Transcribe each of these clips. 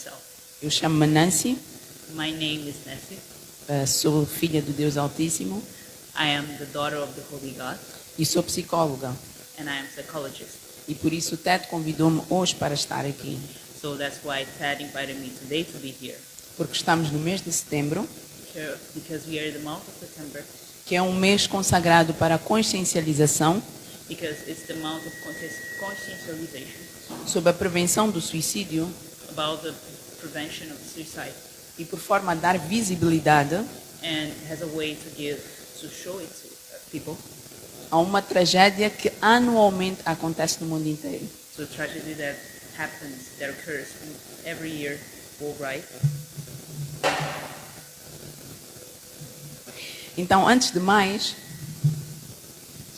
myself. Eu chamo-me Nancy, My name is Nessie. eh, sou filha do Deus Altíssimo I am the daughter of the Holy God, e sou psicóloga. and I am psychologist. E por isso o Ted convidou-me hoje para estar aqui, So that's why Tad invited me today to be here, porque estamos no mês de setembro, Sure, because we are in the month of September, que é um mês consagrado para a consciencialização because it's the month of consci- conscientization sobre a prevenção do suicídio about the prevention of suicide, e por forma a dar visibilidade and has a way to give to show it to uh, people. a uma tragédia que anualmente acontece no mundo inteiro. So the tragedy that happens, that occurs in every year worldwide. Então, antes de mais,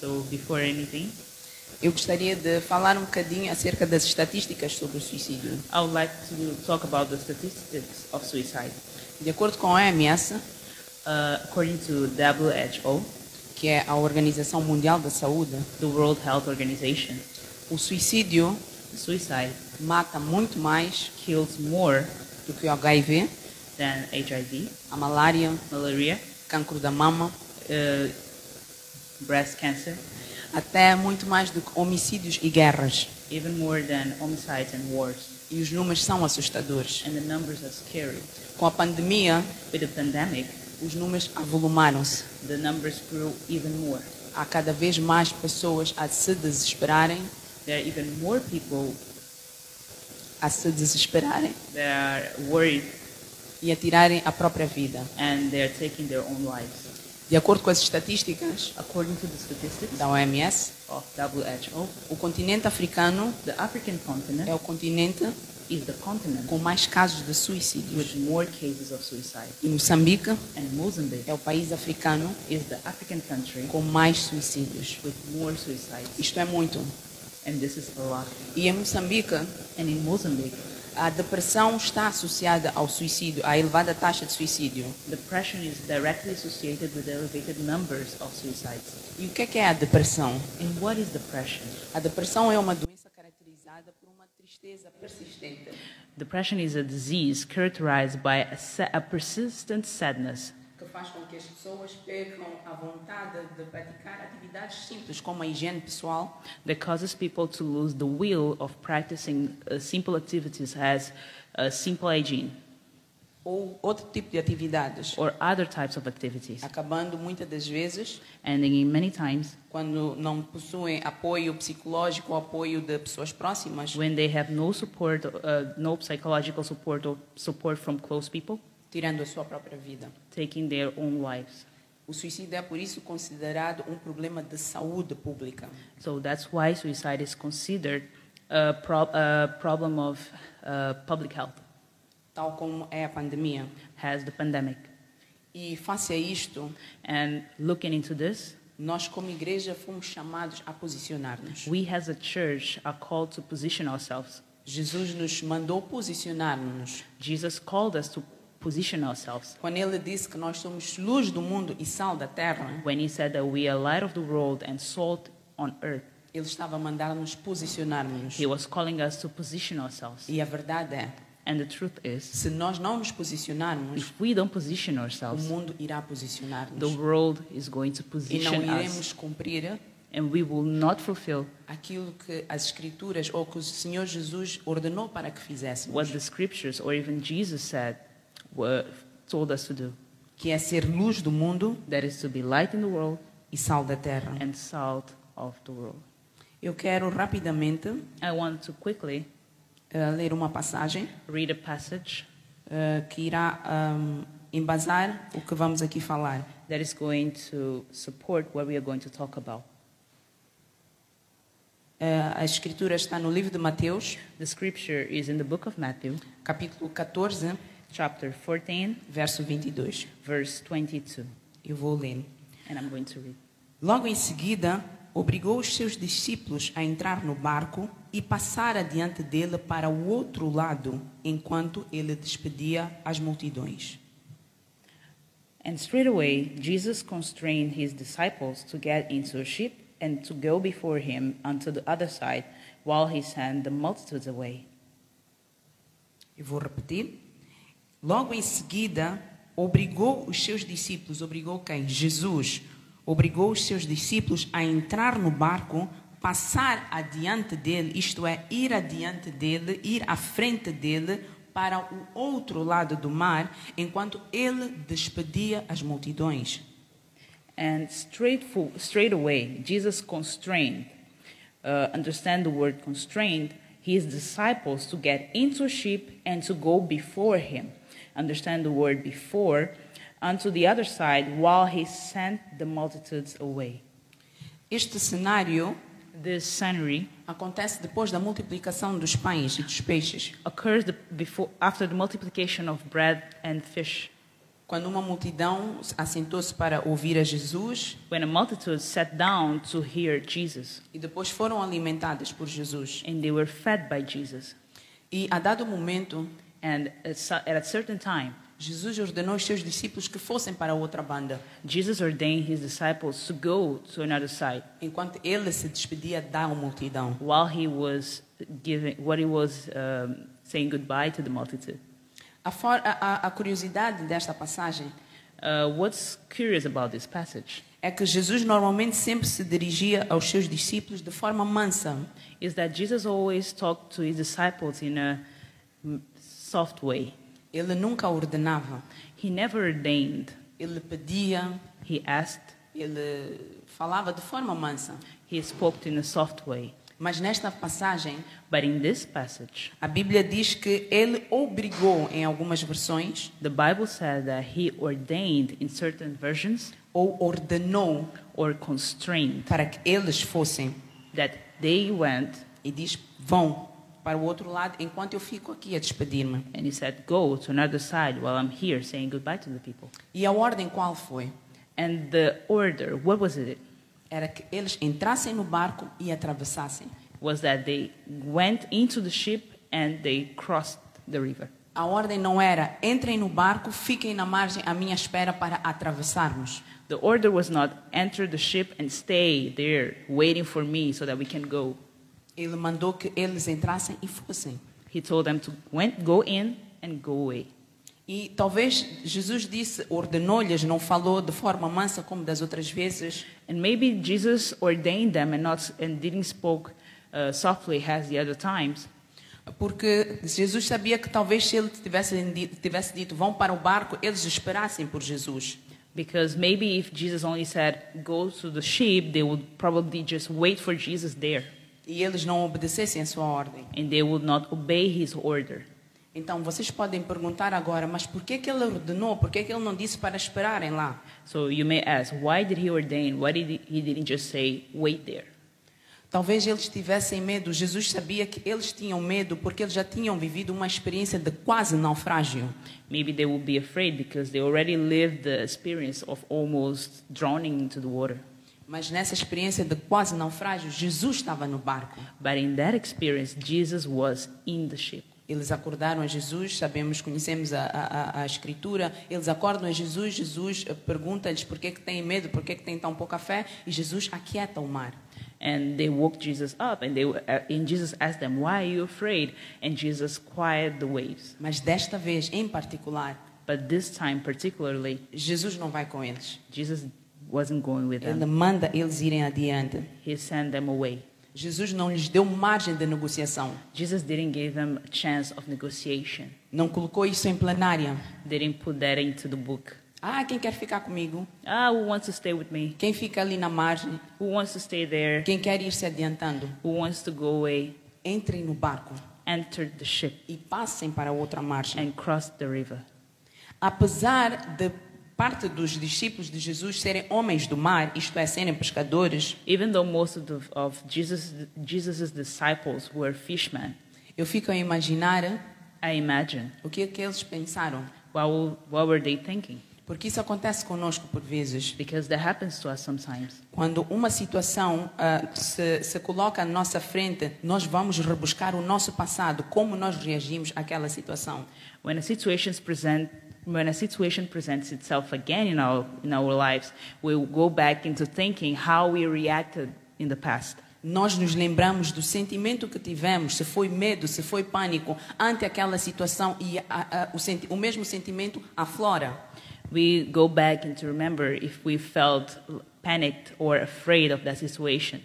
So before anything, eu gostaria de falar um bocadinho acerca das estatísticas sobre o suicídio. I would like to talk about the statistics of suicide. De acordo com a OMS, Uh, according to WHO, que é a Organização Mundial da Saúde, the World Health Organization, o suicídio suicide mata muito mais kills more do que o HIV, than HIV, a malária, malaria, cancro da mama, uh, breast cancer, até muito mais do que homicídios e guerras. even more than homicides and wars. E os números são assustadores. And the numbers are scary. Com a pandemia, With the pandemic, os números avolumaram-se. the numbers grew even more. Há cada vez mais pessoas a se desesperarem, There are even more people a se desesperarem that are worried e a tirarem a própria vida. and they're taking their own lives. De acordo com as estatísticas According to the statistics da OMS, of WHO, o continente africano the African é continent o continente is the continent com mais casos de suicídios. with more cases of suicide. E Moçambique And Mozambique é o país africano is the African country com mais suicídios. with more suicides. Isto é muito. And this is a lot. E em Moçambique, And in Mozambique, a depressão está associada ao suicídio, à elevada taxa de suicídio. depression is directly associated with elevated numbers of suicides. E o que é, que é a depressão? And what is depression? A depressão é uma doença caracterizada por uma tristeza persistente Depression is a disease characterized by a, se- a persistent sadness que faz com que as pessoas percam a vontade de praticar atividades simples como a higiene pessoal, that causes people to lose the will of practicing uh, simple activities as uh, simple hygiene ou outro tipo de atividades, or other types of activities. acabando muitas das vezes And in many times, quando não possuem apoio psicológico ou apoio de pessoas próximas, when they have no support, uh, no psychological support or support from close people, tirando a sua própria vida. taking their own lives. O suicídio é por isso considerado um problema de saúde pública. So that's why suicide is considered a, prob a problem of uh, public health, tal como é a pandemia. has the pandemic. E face a isto, And looking into this, nós como igreja fomos chamados a posicionar-nos. we as a church are called to position ourselves. Jesus nos mandou posicionar-nos. Jesus called us to position ourselves. Quando ele disse que nós somos luz do mundo e sal da terra, When he said that we are light of the world and salt on earth, ele estava a mandar-nos posicionar-nos. he was calling us to position ourselves. E a verdade é, And the truth is, se nós não nos posicionarmos, if we don't position o ourselves, mundo irá the posicionar-nos. world is going to E não position us iremos cumprir and we will not fulfill aquilo que as Escrituras ou que o Senhor Jesus ordenou para que what fizéssemos, the scriptures or even Jesus said were told us to do. que é ser luz do mundo That is to be light in the world e sal da terra. and salt of the world. Eu quero rapidamente I want to quickly eh, ler uma passagem read a passage eh, que irá ahm, embasar o que vamos aqui falar. that is going to support what we are going to talk about. Eh, a escritura está no livro de Mateus, The scripture is in the book of Matthew, capítulo 14, chapter 14, verso 22. verse 22. Eu vou ler. And I'm going to read. Logo em seguida, obrigou os seus discípulos a entrar no barco e passar adiante dele para o outro lado, enquanto ele despedia as multidões. And straightway Jesus constrained his disciples to get into a ship and to go before him unto the other side, while he sent the multitudes away. Eu vou repetir. Logo em seguida, obrigou os seus discípulos, obrigou quem? Jesus, obrigou os seus discípulos a entrar no barco, passar adiante dele, isto é, ir adiante dele, ir à frente dele para o outro lado do mar, enquanto ele despedia as multidões. And straight, fo- straight away, Jesus constrained, uh, understand the word constrained, his disciples to get into a ship and to go before him. Understand the word before, unto the other side, while he sent the multitudes away. Este cenário This scenery acontece depois da multiplicação dos pães e dos peixes, occurs the, before, after the multiplication of bread and fish, quando uma multidão assentou-se para ouvir a Jesus when a multitude sat down to hear Jesus, e depois foram alimentadas por Jesus. and they were fed by Jesus. E a dado momento, And at so- at a certain time, Jesus ordenou os seus discípulos que fossem para outra banda, Jesus ordained his disciples to go to another side enquanto ele se despedia da multidão. while he was giving, what he was um, saying goodbye to the multitude. A, for- a- a- a curiosidade desta passagem Uh, what's curious about this passage é que Jesus normalmente sempre se dirigia aos seus discípulos de forma mansa, is that Jesus always talked to his disciples in a mm, soft way. ele nunca ordenava, He never ordained. ele pedia, He asked. ele falava de forma mansa. He spoke in a soft way. Mas nesta passagem, But in this passage, a Bíblia diz que ele obrigou, em algumas versões, the Bible said that he ordained in certain versions ou ordenou or constrained para que eles fossem. that they went E diz: vão para o outro lado enquanto eu fico aqui a despedir-me. And he said, Go to another side while I'm here saying goodbye to the people. E a ordem qual foi? And the order, what was it? Era que eles entrassem no barco e atravessassem. Was that they went into the ship and they crossed the river. A ordem não era entrem no barco, fiquem na margem à minha espera para atravessarmos. The order was not enter the ship and stay there waiting for me so that we can go. Ele mandou que eles entrassem e fossem. He told them to went, go in and go away. E talvez Jesus disse, ordenou-lhes, não falou de forma mansa como das outras vezes, And maybe Jesus ordained them and, not, and didn't spoke uh, softly as the other times porque Jesus sabia que talvez se ele tivesse, di- tivesse dito vão para o barco, eles esperassem por Jesus. Because maybe if Jesus only said, go to the sheep, they would probably just wait for Jesus there E eles não obedecessem a sua ordem. and they would not obey his order. Então vocês podem perguntar agora, mas por que, que ele ordenou? Por que, que ele não disse para esperarem lá? So you may ask, why did he ordain? Why did he, he didn't just say, wait there? Talvez eles tivessem medo. Jesus sabia que eles tinham medo porque eles já tinham vivido uma experiência de quase naufrágio. Maybe they would be afraid because they already lived the experience of almost drowning into the water. Mas nessa experiência de quase naufrágio, Jesus estava no barco. But in that experience, Jesus was in the ship. Eles acordaram a Jesus, sabemos, conhecemos a, a, a- a Escritura. Eles acordam a Jesus, Jesus eh, pergunta-lhes por que, que têm medo, por que, que têm tão pouca fé, e Jesus aquieta o mar. And they woke Jesus up and, they, were- and Jesus asked them, why are you afraid? And Jesus quieted the waves. Mas desta vez, em particular, But this time, particularly, Jesus não vai com eles. Jesus wasn't going with Ele them. manda eles irem adiante. He sent them away. Jesus não lhes deu margem de negociação, Jesus didn't give them a chance of negotiation. não colocou isso em plenária. They didn't put that into the book. Ah, quem quer ficar comigo? Ah, who wants to stay with me? Quem fica ali na margem? Who wants to stay there? Quem quer ir se adiantando? Who wants to go away? Entrem no barco Entered the ship e passem para outra margem. and crossed the river. Apesar de parte dos discípulos de Jesus serem homens do mar, isto é, serem pescadores, Even though most of, the, of Jesus, Jesus's disciples were fishermen, eu fico a imaginar I imagine, o que é que eles pensaram. what, will- what were they thinking? Porque isso acontece conosco por vezes. Because that happens to us sometimes. Quando uma situação ah, se, se coloca à nossa frente, nós vamos rebuscar o nosso passado, como nós reagimos àquela situação. When a situation's present, when a situation presents itself again in our in our lives, we will go back into thinking how we reacted in the past. nós nos lembramos do sentimento que tivemos, se foi medo, se foi pânico, ante aquela situação e a- a- o, senti- o mesmo sentimento aflora. We go back and to remember if we felt panicked or afraid of that situation.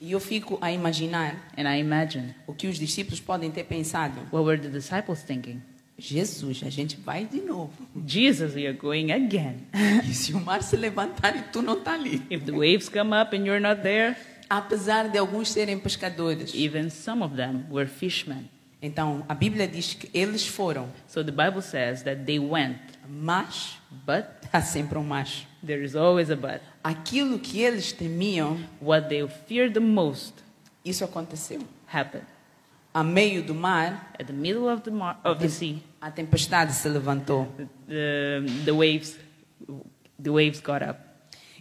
E eu fico a imaginar And I imagine o que os discípulos podem ter pensado. what were the disciples thinking? Jesus, a gente vai de novo. Jesus, we are going again. E se o mar se levantar e tu não está ali? If the waves come up and you're not there, Apesar de alguns serem pescadores. even some of them were fishermen. Então, a Bíblia diz que eles foram, So the Bible says that they went, mas but há sempre um mas. there is always a but. Aquilo que eles temiam, What they feared the most isso aconteceu. happened. A meio do mar, At the middle of the, mar- of the sea, a tempestade se levantou. the, the, waves, the waves got up.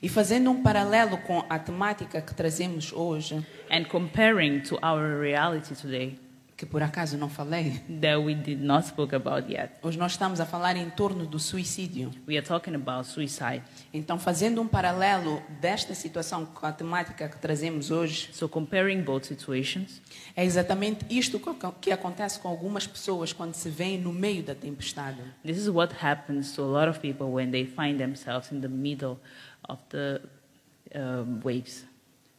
E fazendo um paralelo com a temática que trazemos hoje, And comparing to our reality today que por acaso não falei, that we did not spoke about yet, hoje nós estamos a falar em torno do suicídio. we are talking about suicide. Então, fazendo um paralelo desta situação com a temática que trazemos hoje, So comparing both situations, é exatamente isto que- que acontece com algumas pessoas quando se veem no meio da tempestade. this is what happens to a lot of people when they find themselves in the middle of the um, waves.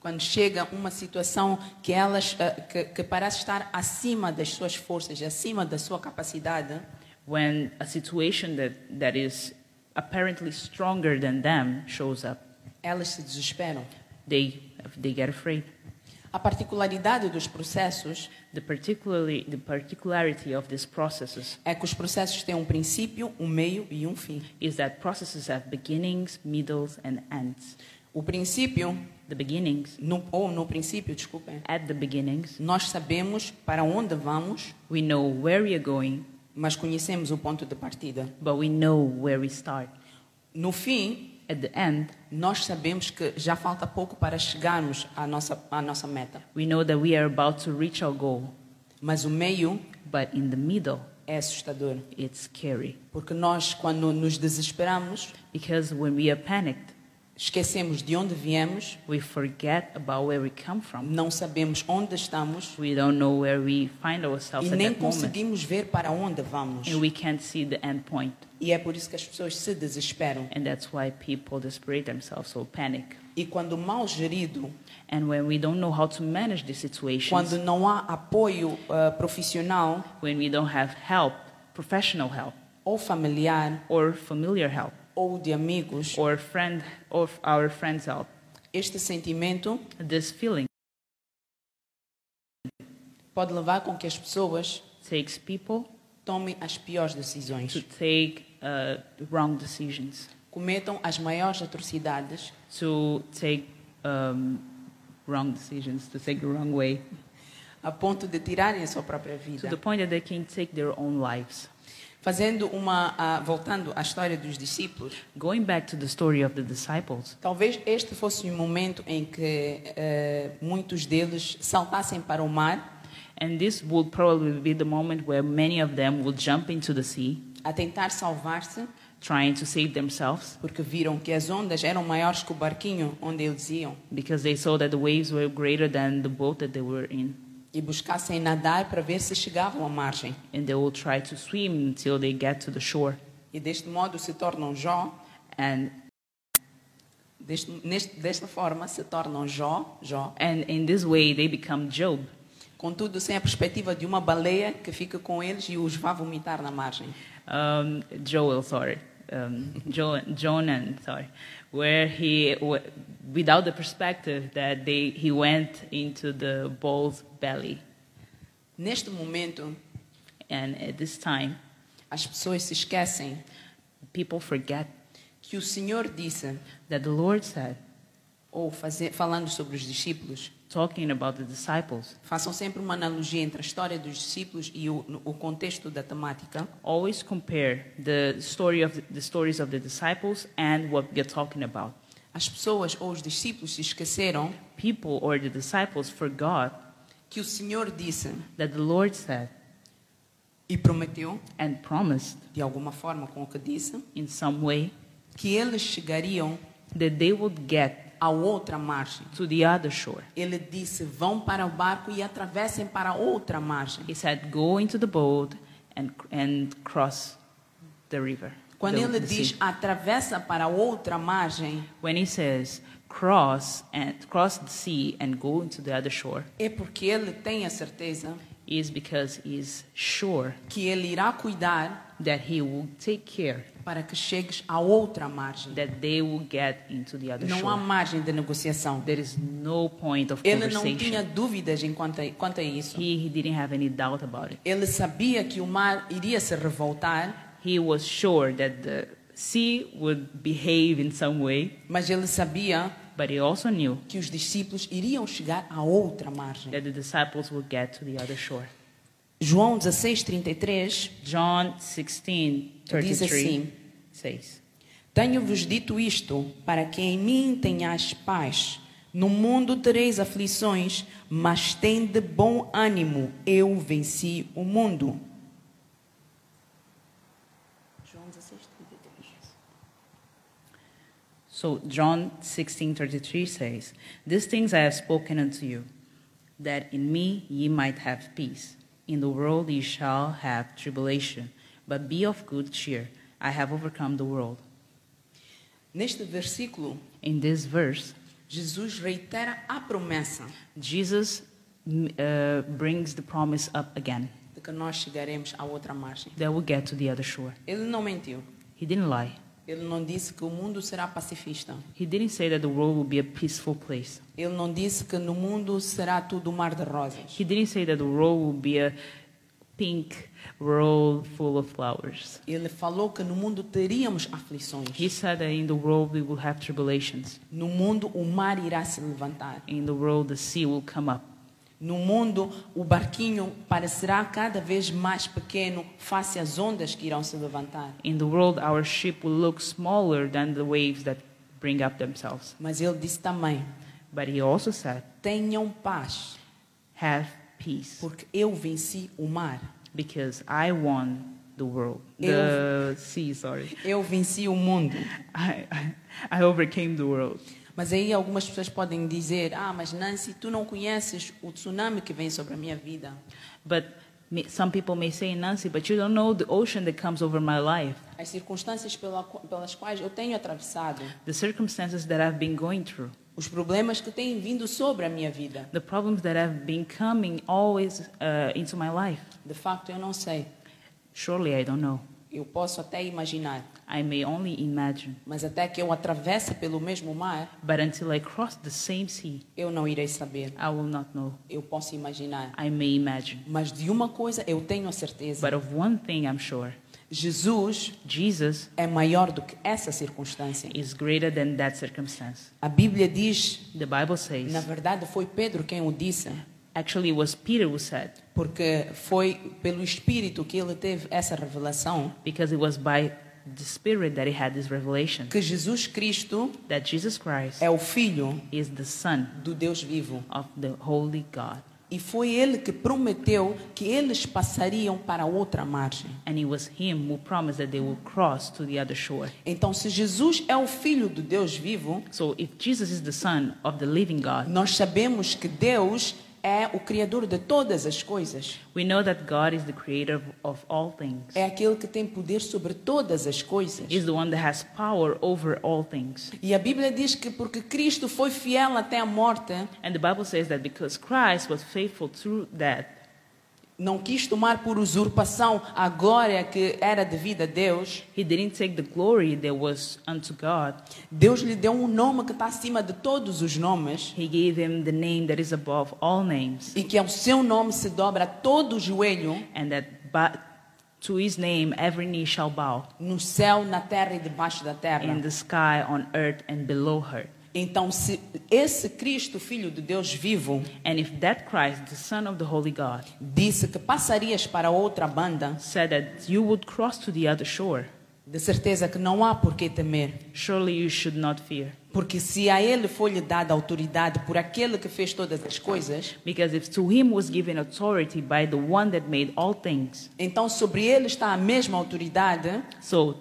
Quando chega uma situação que elas eh, que, que parece estar acima das suas forças, acima da sua capacidade, When a situation that, that is apparently stronger than them shows up, elas se desesperam. they, they get afraid. A particularidade dos processos The, particularly, the particularity of these processes é que os processos têm um princípio, um meio e um fim. is that processes have beginnings, middles, and ends. O princípio, The beginnings, no, ou no princípio, desculpem, at the beginnings, nós sabemos para onde vamos, we know where we are going, mas conhecemos o ponto de partida. but we know where we start. No fim, At the end, nós sabemos que já falta pouco para chegarmos à nossa, à nossa meta. we know that we are about to reach our goal, Mas o meio but in the middle, é assustador. it's scary. Porque nós, quando nos desesperamos, Because when we are panicked, esquecemos de onde viemos, we forget about where we come from. não sabemos onde estamos We don't know where we find e ourselves at nem that moment. conseguimos ver para onde vamos. And we can't see the end point. E é por isso que as pessoas se desesperam. And that's why people desperate themselves, so panic. E quando mal gerido, And when we don't know how to manage these situations, quando não há apoio ah, profissional when we don't have help, professional help, ou familiar or familiar help, ou de amigos, or friend or our friends help, este sentimento this feeling pode levar com que as pessoas takes people tomem as piores to decisões, take uh, wrong decisions, cometam as maiores atrocidades to take um, wrong decisions, to take the wrong way, a ponto de tirarem a sua própria to vida. the point that they can take their own lives. Fazendo uma, ah, voltando à história dos discípulos, Going back to the story of the disciples, talvez este fosse um momento em que eh, muitos deles saltassem para o mar and this would probably be the moment where many of them would jump into the sea, a tentar salvar-se, trying to save themselves, porque viram que as ondas eram maiores que o barquinho onde eles iam, because they saw that the waves were greater than the boat that they were in. e buscassem nadar para ver se chegavam à margem. And they will try to swim until they get to the shore. E deste modo se tornam Jó, And, deste, neste, desta forma se tornam Jó, Jó, and in this way, they become Job. contudo sem a perspectiva de uma baleia que fica com eles e os vá vomitar na margem. um, Joel, sorry, um, jo- Jonan, sorry, where he, w- without the perspective that they, he went into the bull's belly. Neste momento, And at this time, as pessoas se esquecem people forget que o Senhor disse, that the Lord said, ou faze- falando sobre os discípulos, talking about the disciples, façam sempre uma analogia entre a história dos discípulos e o, no- o contexto da temática. always compare the story of the, the stories of the disciples and what we are talking about. As pessoas ou os discípulos se esqueceram People or the disciples forgot que o Senhor disse that the Lord said e prometeu, and promised de alguma forma com o que disse, in some way que eles chegariam that they would get à outra margem. to the other shore. Ele disse: vão para o barco e atravessem para outra margem. He said, Go into the boat and, and cross the river. Quando the- ele the diz sea." atravessa para outra margem, When he says, cross, and, cross the sea and go into the other shore, é porque ele tem a certeza is because he is sure que ele irá cuidar that he will take care para que chegues à outra margem. that they will get into the other Não há shore. margem de negociação. There is no point of Ele não tinha conversation. dúvidas em quanto a, quanto a isso. He, he didn't have any doubt about it. Ele sabia que o mar iria se revoltar, He was sure that the sea would behave in some way, mas ele sabia but he also knew que os discípulos iriam chegar à outra margem. that the disciples would get to the other shore. João 16, 33 John 16, diz 33 assim: says, Tenho-vos dito isto, para que em mim tenhais paz. No mundo tereis aflições, mas tende bom ânimo, eu venci o mundo. João 16, 33. So John 16:33 says, "These things I have spoken unto you, that in me ye might have peace. In the world ye shall have tribulation, but be of good cheer; I have overcome the world." Neste versículo, In this verse, Jesus reitera a promessa Jesus mm, uh, brings the promise up again de que nós chegaremos à outra margem. that we'll get to the other shore. Ele não mentiu. He didn't lie. Ele não disse que o mundo será pacifista. He didn't say that the world will be a peaceful place. Ele não disse que no mundo será tudo um mar de rosas. He didn't say that the world will be a pink world full of flowers. Ele falou que no mundo teríamos aflições. He said that in the world we will have tribulations. No mundo o mar irá se levantar. In the world the sea will come up. No mundo o barquinho parecerá cada vez mais pequeno face às ondas que irão se levantar. In the world our ship will look smaller than the waves that bring up themselves. Mas ele disse também: But he also said, tenham paz, have peace, porque eu venci o mar. because I won the world. The sea, sorry. Eu venci o mundo. I, I, I overcame the world. Mas aí algumas pessoas podem dizer: ah, mas Nancy, tu não conheces o tsunami que vem sobre a minha vida. But me- some people may say, Nancy, but you don't know the ocean that comes over my life, As circunstâncias pela, qu- pelas quais eu tenho atravessado, the circumstances that I've been going through, os problemas que têm vindo sobre a minha vida. the problems that have been coming always uh, into my life. De facto, eu não sei. Surely I don't know. Eu posso até imaginar, I may only imagine. mas até que eu atravesse pelo mesmo mar, But until I cross the same sea, eu não irei saber. I will not know. Eu posso imaginar. I may imagine. Mas de uma coisa eu tenho a certeza: But of one thing I'm sure Jesus Jesus é maior do que essa circunstância. is greater than that circumstance. A Bíblia diz, The Bible na says, verdade, foi Pedro quem o disse. actually, it was Peter who said, Porque foi pelo Espírito que ele teve essa revelação because it was by the Spirit that he had this revelation que Jesus Cristo that Jesus Christ é o Filho is the Son do Deus vivo. of the Holy God. E foi ele que prometeu que eles passariam para outra margem. And it was him who promised that they would cross to the other shore. Então, se Jesus é o Filho do Deus vivo, So if Jesus is the Son of the living God, nós sabemos que Deus é o Criador de todas as coisas. we know that God is the creator of, of all things. É aquele que tem poder sobre todas as coisas. is the one that has power over all things. E a Bíblia diz que porque Cristo foi fiel até a morte, And the Bible says that because Christ was faithful through that, não quis tomar por usurpação a glória que era devida a Deus, he didn't take the glory that was unto God. Deus lhe deu um nome que está acima de todos os nomes He gave him the name that is above all names, e que ao seu nome se dobra todo o joelho and that by, to his name every knee shall bow no céu, na terra e debaixo da terra. in the sky, on earth, and below her. Então, se esse Cristo, filho de Deus vivo, And if that Christ, the Son of the Holy God, disse que passarias para outra banda, said that you would cross to the other shore, de certeza que não há por que temer, surely you should not fear. porque se a ele foi-lhe dada autoridade por aquele que fez todas as coisas, Because if to him was given authority by the one that made all things, então sobre ele está a mesma autoridade So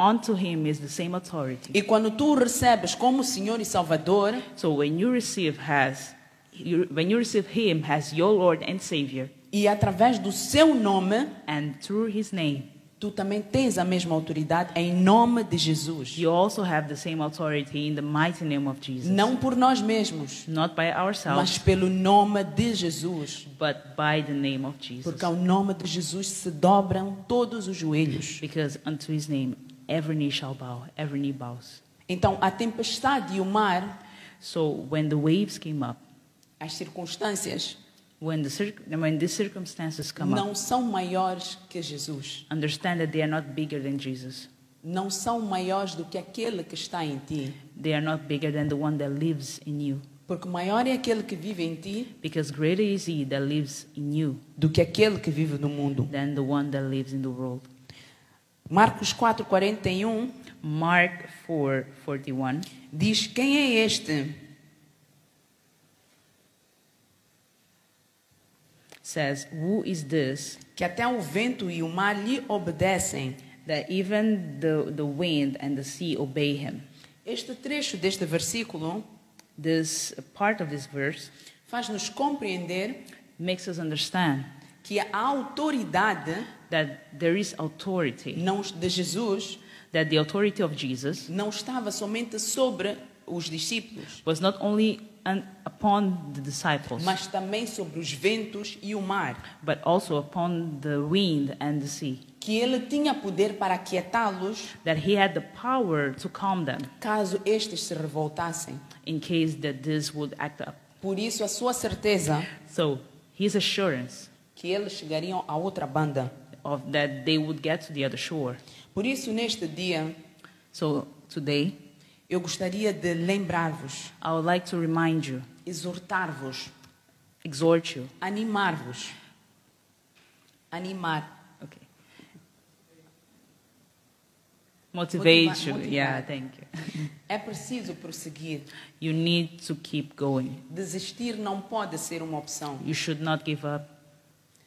Unto him is the same authority. E quando tu o recebes como Senhor e Salvador, So when you receive has you, when you receive him as your Lord and Savior, e através do seu nome, and through his name, tu também tens a mesma autoridade em nome de Jesus. you also have the same authority in the mighty name of Jesus. Não por nós mesmos, Not by ourselves, mas pelo nome de Jesus. but by the name of Jesus. Porque ao nome de Jesus se dobram todos os joelhos. Because unto his name every knee shall bow, every knee bows. Então, a tempestade e o mar, So when the waves came up, as circunstâncias, when the cir- when these circumstances come não up, são maiores que Jesus. understand that they are not bigger than Jesus. Não são maiores do que aquele que está em ti. They are not bigger than the one that lives in you. Porque maior é aquele que vive em ti Because greater is he that lives in you do que aquele que vive no mundo. than the one that lives in the world. Marcos 4:41 Mark 4 41. diz: Quem é este? says, Who is this que até o vento e o mar lhe obedecem. that even the, the wind and the sea obey him? Este trecho deste versículo This part of this verse faz-nos compreender makes us understand que a autoridade that there is authority, não de Jesus that the authority of Jesus não estava somente sobre os discípulos, was not only an, upon the disciples, mas também sobre os ventos e o mar, but also upon the wind and the sea, que ele tinha poder para aquietá-los that he had the power to calm them caso estes se revoltassem. in case that this would act up. Por isso a sua certeza So his assurance que eles chegariam a outra banda. of that they would get to the other shore. Por isso neste dia So today, eu gostaria de lembrar-vos, I would like to remind you, exortar-vos exhort you, animar-vos. Animar. okay, motivate Motiva- you. motivar. Yeah, thank you. É preciso prosseguir. You need to keep going. Desistir não pode ser uma opção. You should not give up.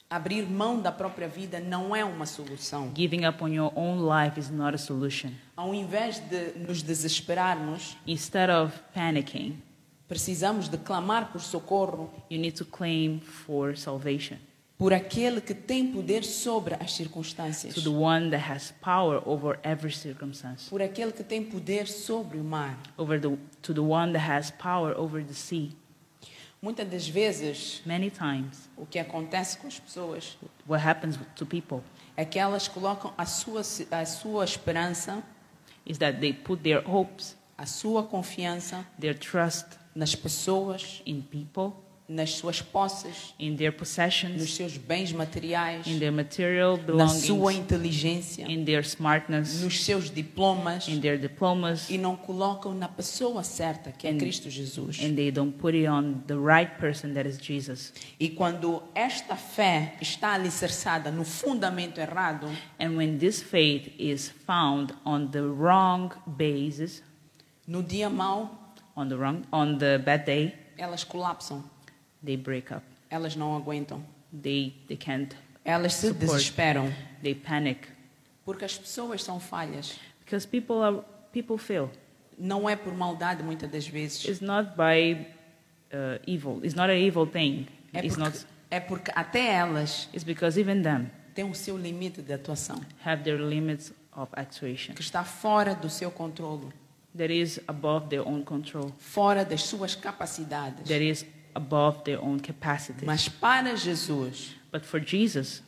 Abrir mão da própria vida não é uma solução. Giving up on your own life is not a solution. Ao invés de nos desesperarmos, Instead of panicking, precisamos de clamar por socorro you need to claim for salvation por aquele que tem poder sobre as circunstâncias, to the one that has power over every circumstance, por aquele que tem poder sobre o mar. over the to the one that has power over the sea. Muitas das vezes, Many times, o que acontece com as pessoas what happens to people é que elas colocam a sua, a sua esperança, is that they put their hopes, a sua confiança their trust nas pessoas, in people, nas suas posses, in their nos possessions, seus bens materiais, in their material na sua belongings, inteligência, in their smartness, nos seus diplomas in their diplomas, e não colocam na pessoa certa, que é And- Cristo Jesus. and they don't put it on the right person that is Jesus. E quando esta fé está alicerçada no fundamento errado, And when this faith is found on the wrong basis, no dia mau, on the wrong on the bad day, elas colapsam, they break up. elas não aguentam, They they can't elas se Suporte. desesperam, they panic porque as pessoas são falhas. because people are people fail. Não é por maldade muitas das vezes, It's not by uh, evil. It's not an evil thing. é It's porque, not. é porque até elas It's because even them têm o seu limite de atuação. have their limits of actuation que está fora do seu controle, that is above their own control, fora das suas capacidades. that is above their own capacity. Mas para Jesus, But for Jesus,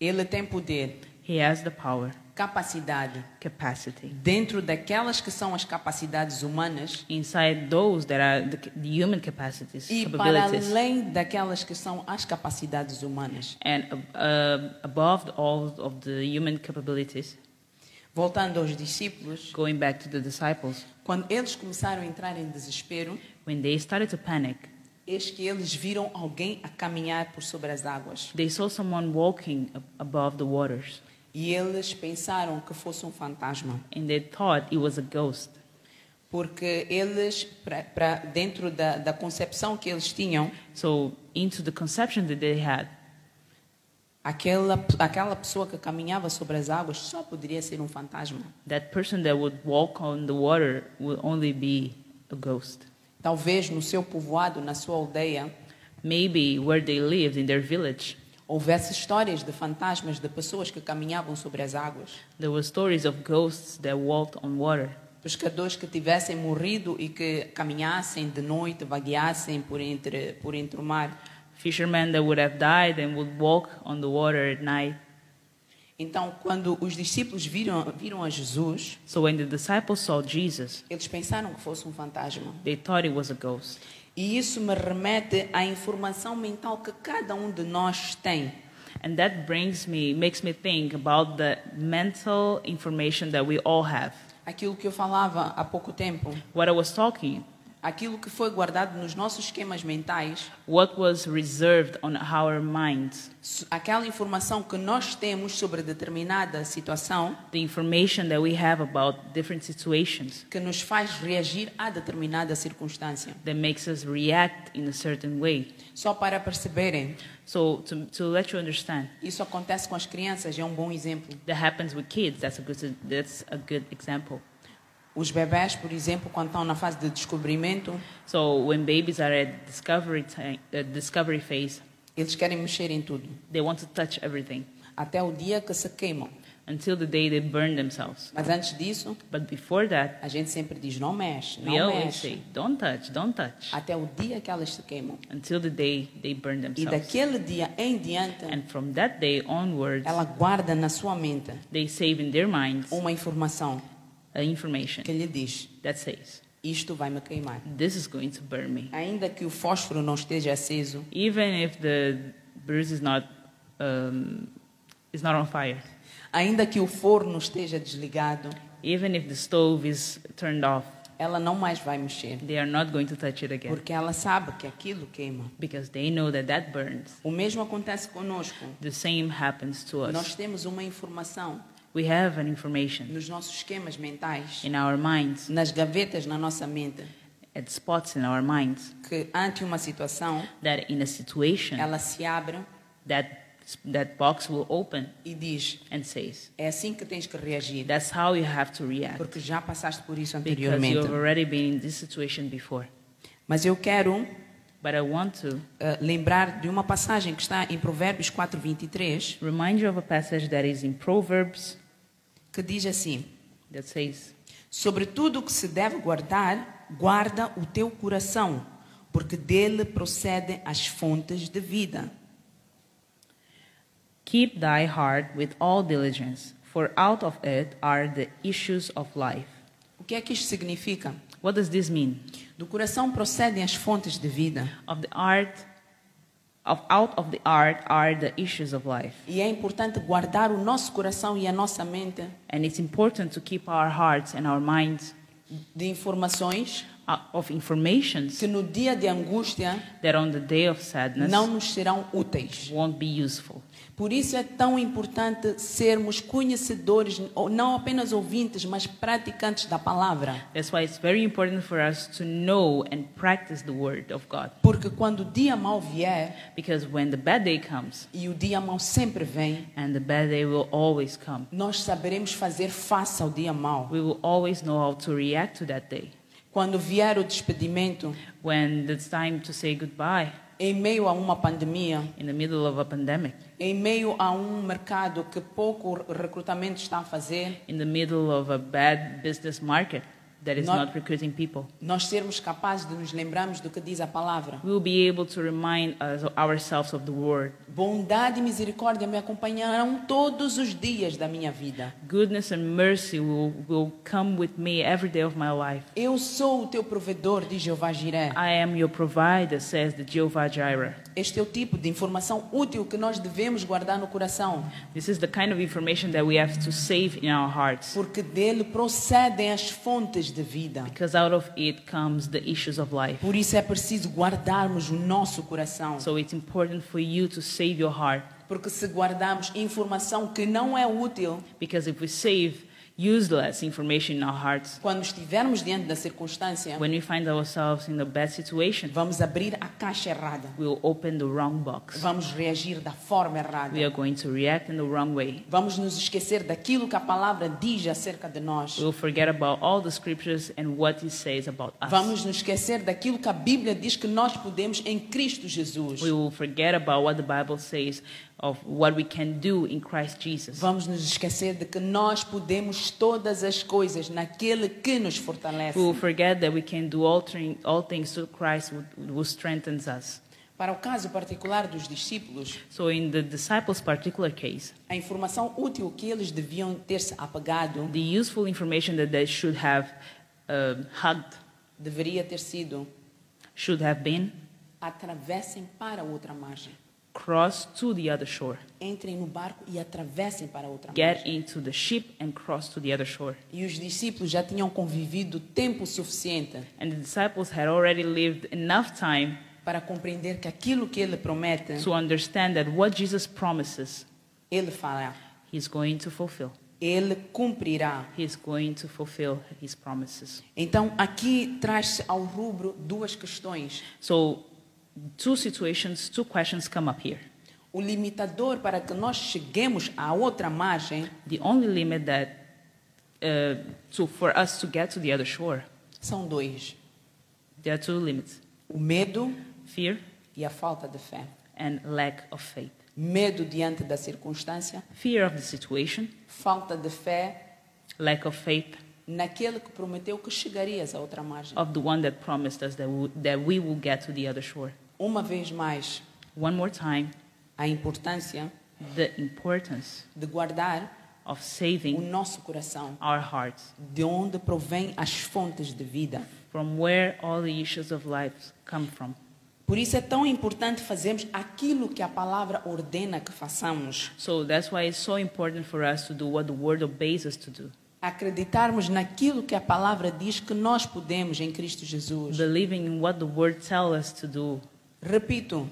ele tem poder, He has the power, capacidade, capacity. dentro daquelas que são as capacidades humanas inside those that are the, the human capacities, e para capabilities, além daquelas que são as capacidades humanas. and uh, above all of the human capabilities, Voltando aos discípulos, going back to the disciples, quando eles começaram a entrar em desespero, when they started to panic, eis que eles viram alguém a caminhar por sobre as águas. they saw someone walking ab- above the waters, E eles pensaram que fosse um fantasma. and they thought it was a ghost, porque eles, pra, pra- dentro da, da concepção que eles tinham, so into the conception that they had, Aquela, aquela pessoa que caminhava sobre as águas só poderia ser um fantasma. That person that would walk on the water would only be a ghost. Talvez no seu povoado, na sua aldeia, Maybe where they lived, in their village, houvesse histórias de fantasmas de pessoas que caminhavam sobre as águas. there were stories of ghosts that walked on water. Pescadores que tivessem morrido e que caminhassem de noite, vagueassem por entre, por entre o mar. Fishermen that would have died and would walk on the water at night. Então, quando os discípulos viram, viram a Jesus, So when the disciples saw Jesus, eles pensaram que fosse um fantasma. they thought it was a ghost. E isso me remete à informação mental que cada um de nós tem. And that brings me, makes me think about the mental information that we all have. Aquilo que eu falava há pouco tempo, What I was talking, aquilo que foi guardado nos nossos esquemas mentais, what was reserved on our minds, s- aquela informação que nós temos sobre determinada situação the information that we have about different situations que nos faz reagir a determinada circunstância. that makes us react in a certain way. Só para perceberem, So to, to let you understand, isso acontece com as crianças, é um bom exemplo. that happens with kids. That's a good, that's a good example. Os bebés, por exemplo, quando estão na fase de descobrimento, So when babies are at discovery, time, uh, discovery phase, eles querem mexer em tudo, they want to touch everything até o dia que se queimam. until the day they burn themselves. Mas antes disso, But before that, A gente sempre diz, não mexe, We não always mexe. say, don't touch, don't touch, Até o dia que elas se queimam. until the day they burn E themselves. daquele dia em diante, And from that day onwards, ela guarda na sua mente they save in their minds uma informação uh, information que lhe diz, that says, isto vai me queimar. this is going to burn me. Ainda que o fósforo não esteja aceso, Even if the bruise is not, um, is not on fire, ainda que o forno esteja desligado, even if the stove is turned off, ela não mais vai mexer. they are not going to touch it again Porque ela sabe que aquilo queima. because they know that that burns. O mesmo acontece conosco. The same happens to Nós us. temos uma informação We have an information nos nossos esquemas mentais, in our minds, nas gavetas na nossa mente, at spots in our minds, que ante uma situação, that in a situation, ela se abre that that box will open e diz: and says é assim que tens que reagir, that's how you have to react porque já passaste por isso because anteriormente. you have already been in this situation before Mas eu quero but i want to eh, lembrar de uma passagem que está em Provérbios 4:23, remind you of a passage that is in proverbs que diz assim: that says sobre tudo o que se deve guardar, guarda o teu coração, porque dele procedem as fontes de vida. keep thy heart with all diligence for out of it are the issues of life O que é que isto significa? what does this mean Do coração procedem as fontes de vida. of the art of out of the art are the issues of life E é importante guardar o nosso coração e a nossa mente and it's important to keep our hearts and our minds de informações uh, of informations que no dia de angústia that on the day of sadness não nos serão úteis. won't be useful. Por isso é tão importante sermos conhecedores, ou não apenas ouvintes, mas praticantes da palavra. That's why it's very important for us to know and practice the word of God. Porque quando o dia mau vier, Because when the bad day comes, e o dia mau sempre vem, and the bad day will always come, nós saberemos fazer face ao dia mau. we will always know how to react to that day. Quando vier o despedimento, When it's time to say goodbye em meio a uma pandemia, in the middle of a pandemic, em meio a um mercado que pouco recrutamento está a fazer, in the middle of a bad business market that is Not- not recruiting people, nós sermos capazes de nos lembrarmos do que diz a palavra. we will be able to remind us, ourselves of the word. Bondade e misericórdia me acompanharão todos os dias da minha vida. Goodness and mercy will, will come with me every day of my life. Eu sou o teu provedor, diz Jeová Jiré. I am your provider, says the Jehovah Jireh. Este é o tipo de informação útil que nós devemos guardar no coração, This is the kind of information that we have to save in our hearts porque dele procedem as fontes de vida. because out of it comes the issues of life. Por isso é preciso guardarmos o nosso coração, So it's important for you to save your heart porque se guardarmos informação que não é útil, because if we save useless information in our hearts. Quando estivermos diante da circunstância, When we find ourselves in the bad situation, vamos abrir a caixa errada. we'll open the wrong box. Vamos reagir da forma errada. We are going to react in the wrong way. Vamos nos esquecer daquilo que a palavra diz acerca de nós. We'll forget about all the scriptures and what it says about us. Vamos nos esquecer daquilo que a Bíblia diz que nós podemos em Cristo Jesus. We will forget about what the Bible says of what we can do in Christ Jesus. Vamos nos esquecer de que nós podemos todas as coisas naquele que nos fortalece. We will forget that we can do all, thing- all things through Christ who, who strengthens us. Para o caso particular dos discípulos, So, in the disciples' particular case, a informação útil que eles deviam ter se apagado the useful information that they should have uh, hugged deveria ter sido should have been atravessem para outra margem. cross to the other shore. Entrem no barco e atravessem para outra margem. Get into the ship and cross to the other shore. E os discípulos já tinham convivido tempo suficiente And the disciples had already lived enough time para compreender que aquilo que ele promete, to understand that what Jesus promises, ele fará. he's going to fulfill. Ele cumprirá. He's going to fulfill his promises. Então, aqui traz-se ao rubro duas questões. So, two situations, two questions come up here. O limitador para que nós cheguemos à outra margem The only limit that uh, to, for us to get to the other shore, são dois: there are two limits o medo fear e a falta de fé. and lack of faith. Medo diante da circunstância, Fear of the situation, falta de fé lack of faith naquele que prometeu que chegarias à outra margem. of the one that promised us that we, that we will get to the other shore. Uma vez mais, One more time, a importância the importance de guardar of o saving nosso coração, our hearts de onde provém as fontes de vida. from where all the issues of life come from. Por isso é tão importante fazermos aquilo que a palavra ordena que façamos. So that's why it's so important for us to do what the word obeys us to do. Acreditarmos naquilo que a palavra diz que nós podemos em Cristo Jesus. Believing in what the word tells us to do. Repito,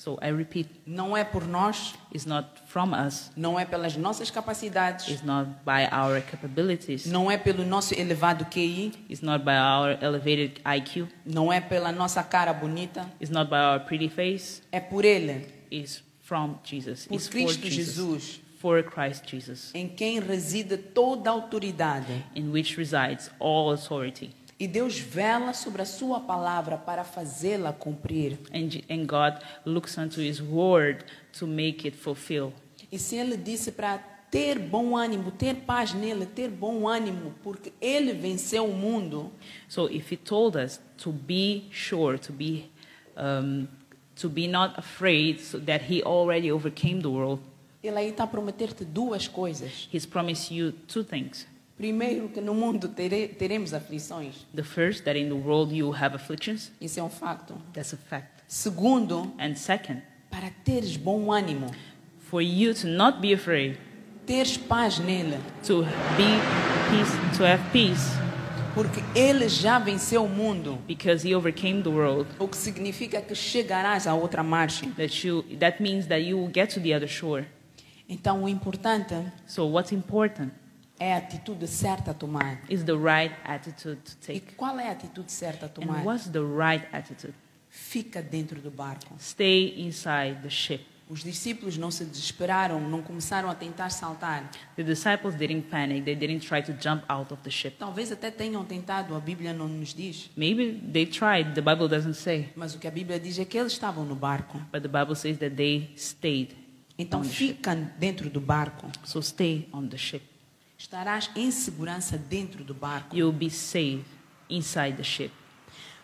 So I repeat, não é por nós, it's not from us, não é pelas nossas capacidades, it's not by our capabilities, não é pelo nosso elevado QI, it's not by our elevated IQ, não é pela nossa cara bonita, it's not by our pretty face, é por Ele, it's from Jesus. por It's Cristo for Jesus. Jesus, For Christ Jesus, em quem reside toda a autoridade. in which resides all authority. E Deus vela sobre a Sua palavra para fazê-la cumprir. And, J- and God looks unto his word to make it fulfill. E se ele disse para ter bom ânimo, ter paz nele, ter bom ânimo, porque ele venceu o mundo, So if he told us to be sure, to be, um, to be not afraid, so that he already overcame the world, ele aí está a prometer-te duas coisas. he's promised you two things. Primeiro, que no mundo tere, teremos aflições. The first, that in the world you have afflictions. Isso é um facto. That's a fact. Segundo, And second, para teres bom ânimo, for you to not be afraid, teres paz nele, to be peace, to have peace, porque ele já venceu o mundo. because he overcame the world. O que significa que chegarás à outra margem. That you, that means that you will get to the other shore. Então, o importante So what's important é a atitude certa a tomar. is the right attitude to E take. qual é a atitude certa a And tomar? what's the right attitude? Fica dentro do barco. Stay inside the ship. Os discípulos não se desesperaram, não começaram a tentar saltar. The disciples didn't panic. They didn't try to jump out of the ship. Talvez até tenham tentado, a Bíblia não nos diz. Maybe they tried. The Bible doesn't say. Mas o que a Bíblia diz é que eles estavam no barco. But the Bible says that they stayed. Então Onde? fica dentro do barco. So stay on the ship. Estarás em segurança dentro do barco. You'll be safe inside the ship.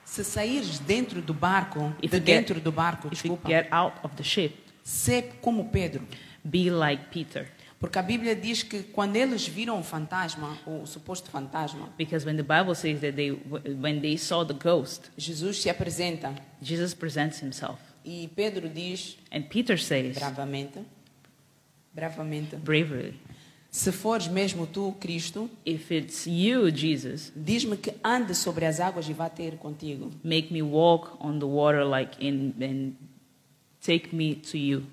Se saíres dentro do barco, If de you get- dentro do barco, If you desculpa, get out of the ship, ser como Pedro. be like Peter. Porque a Bíblia diz que quando eles viram o fantasma, ou o suposto fantasma, Because when the Bible says that they, when they saw the ghost, Jesus se apresenta Jesus presents himself. e Pedro diz And Peter says, bravamente, bravamente, bravery. Se fores mesmo tu, Cristo, If it's you, Jesus, diz-me que ande sobre as águas e vá ter contigo. make me walk on the water like in and take me to you.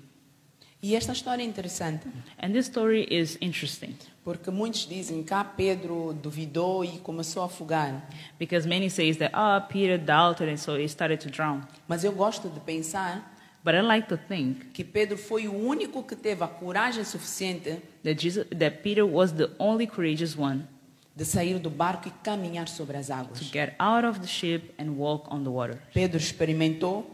E esta história é interessante, And this story is interesting porque muitos dizem que ah, Pedro duvidou e começou a afogar. because many says that ah Peter doubted and so he started to drown. Mas eu gosto de pensar But I like to think que Pedro foi o único que teve a coragem suficiente that Jesus that Peter was the only courageous one de sair do barco e caminhar sobre as to águas. get out of the ship and walk on the water. Pedro experimentou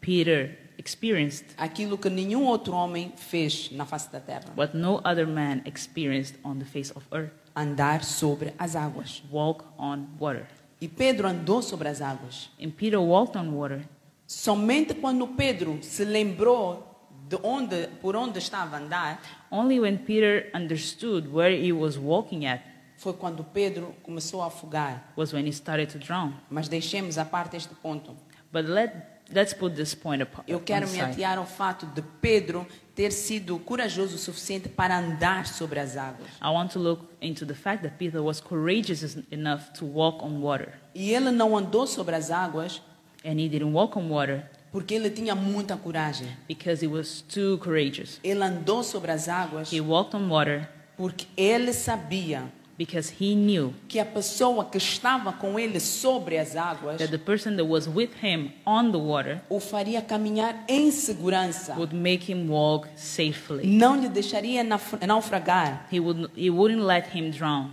Peter experienced aquilo que nenhum outro homem fez na face da terra: what no other man experienced on the face of earth andar sobre as águas. walk on water. E Pedro andou sobre as águas. And Peter walked on water Somente quando Pedro se lembrou de onde, por onde estava a andar, only when Peter understood where he was walking at foi quando Pedro começou a afogar. was when he started to drown. Mas deixemos à parte este ponto. But let let's put this point apart. Eu quero me aside. atear ao fato de Pedro ter sido corajoso o suficiente para andar sobre as águas. I want to look into the fact that Peter was courageous is- enough to walk on water. E ele não andou sobre as águas And he didn't walk on water porque ele tinha muita coragem. because he was too courageous. Ele andou sobre as águas He walked on water porque ele sabia because he knew que a pessoa que estava com ele sobre as águas that the person that was with him on the water o faria caminhar em segurança. would make him walk safely. Não lhe deixaria naf- naufragar. He, would, he wouldn't let him drown.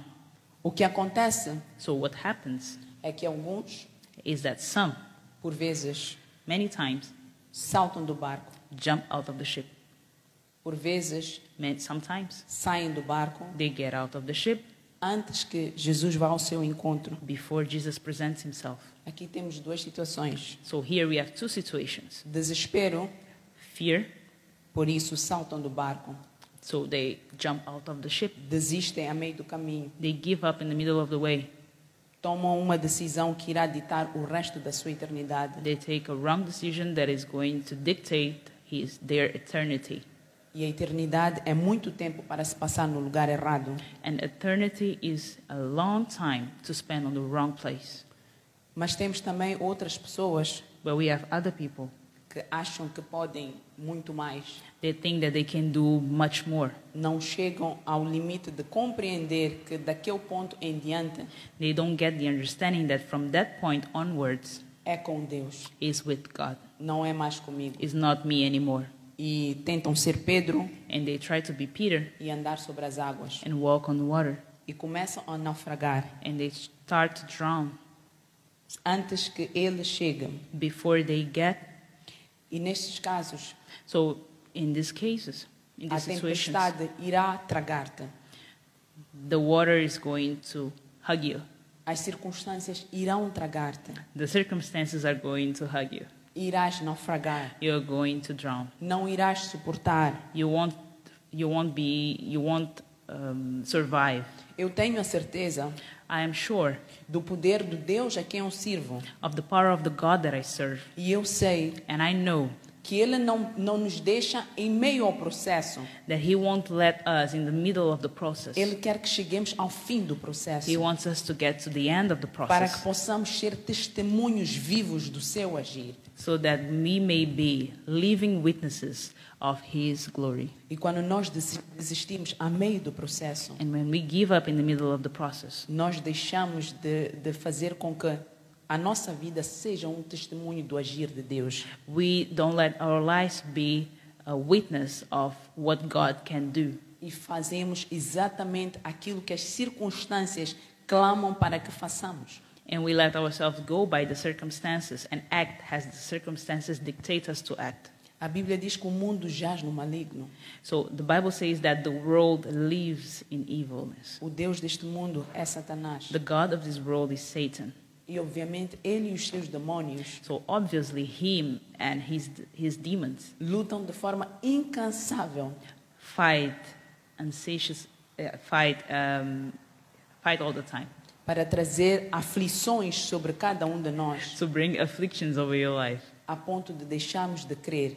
O que acontece So, what happens é que alguns, is that some, por vezes, many times, saltam do barco. jump out of the ship. Por vezes, Man, sometimes saem do barco they get out of the ship antes que Jesus vá ao seu encontro. before Jesus presents himself. Aqui temos duas situações. So, here we have two situations Desespero, fear, por isso saltam do barco. so they jump out of the ship. Desistem a meio do caminho. They give up in the middle of the way. Tomam uma decisão que irá ditar o resto da sua eternidade. They take a wrong decision that is going to dictate his, their eternity. E a eternidade é muito tempo para se passar no lugar errado. And eternity is a long time to spend on the wrong place. Mas temos também outras pessoas But we have other people. que acham que podem muito mais. They think that they can do much more. Não chegam ao limite de compreender que daquele ponto em diante They don't get the understanding that from that point onwards é com Deus, is with God. não é mais comigo. It's not me anymore. E tentam ser Pedro And they try to be Peter e andar sobre as águas and walk on water. e começam a naufragar And they start to drown antes que ele chegue. before they get E nestes casos, So in these cases, in a these situations, tempestade irá tragar-te, the water is going to hug you. as circunstâncias irão tragar-te, The circumstances are going to hug you. irás naufragar, You're going to drown. não irás suportar. You won't, you won't be, you won't um, survive. Eu tenho a certeza I am sure do poder do Deus a quem eu sirvo of the power of the God that I serve, e eu sei and I know que Ele não, não nos deixa em meio ao processo. that He won't let us in the middle of the process. Ele quer que cheguemos ao fim do processo He wants us to get to the end of the para que process, possamos ser testemunhos vivos do seu agir. so that we may be living witnesses of His glory. E quando nós desi- desistimos a meio do processo, And when we give up in the middle of the process, nós deixamos de, de fazer com que a nossa vida seja um testemunho do agir de Deus. we don't let our lives be a witness of what God can do. E fazemos exatamente aquilo que as circunstâncias clamam para que façamos. And we let ourselves go by the circumstances and act as the circumstances dictate us to act. A Bíblia diz que o mundo jaz no maligno. So the Bible says that the world lives in evilness. O Deus deste mundo é Satanás. The God of this world is Satan. E obviamente ele e os seus demônios So obviously, him and his, his demons lutam de forma incansável fight unsatious, uh, fight, um, fight all the time para trazer aflições sobre cada um de nós, to bring afflictions over your life. a ponto de deixarmos de crer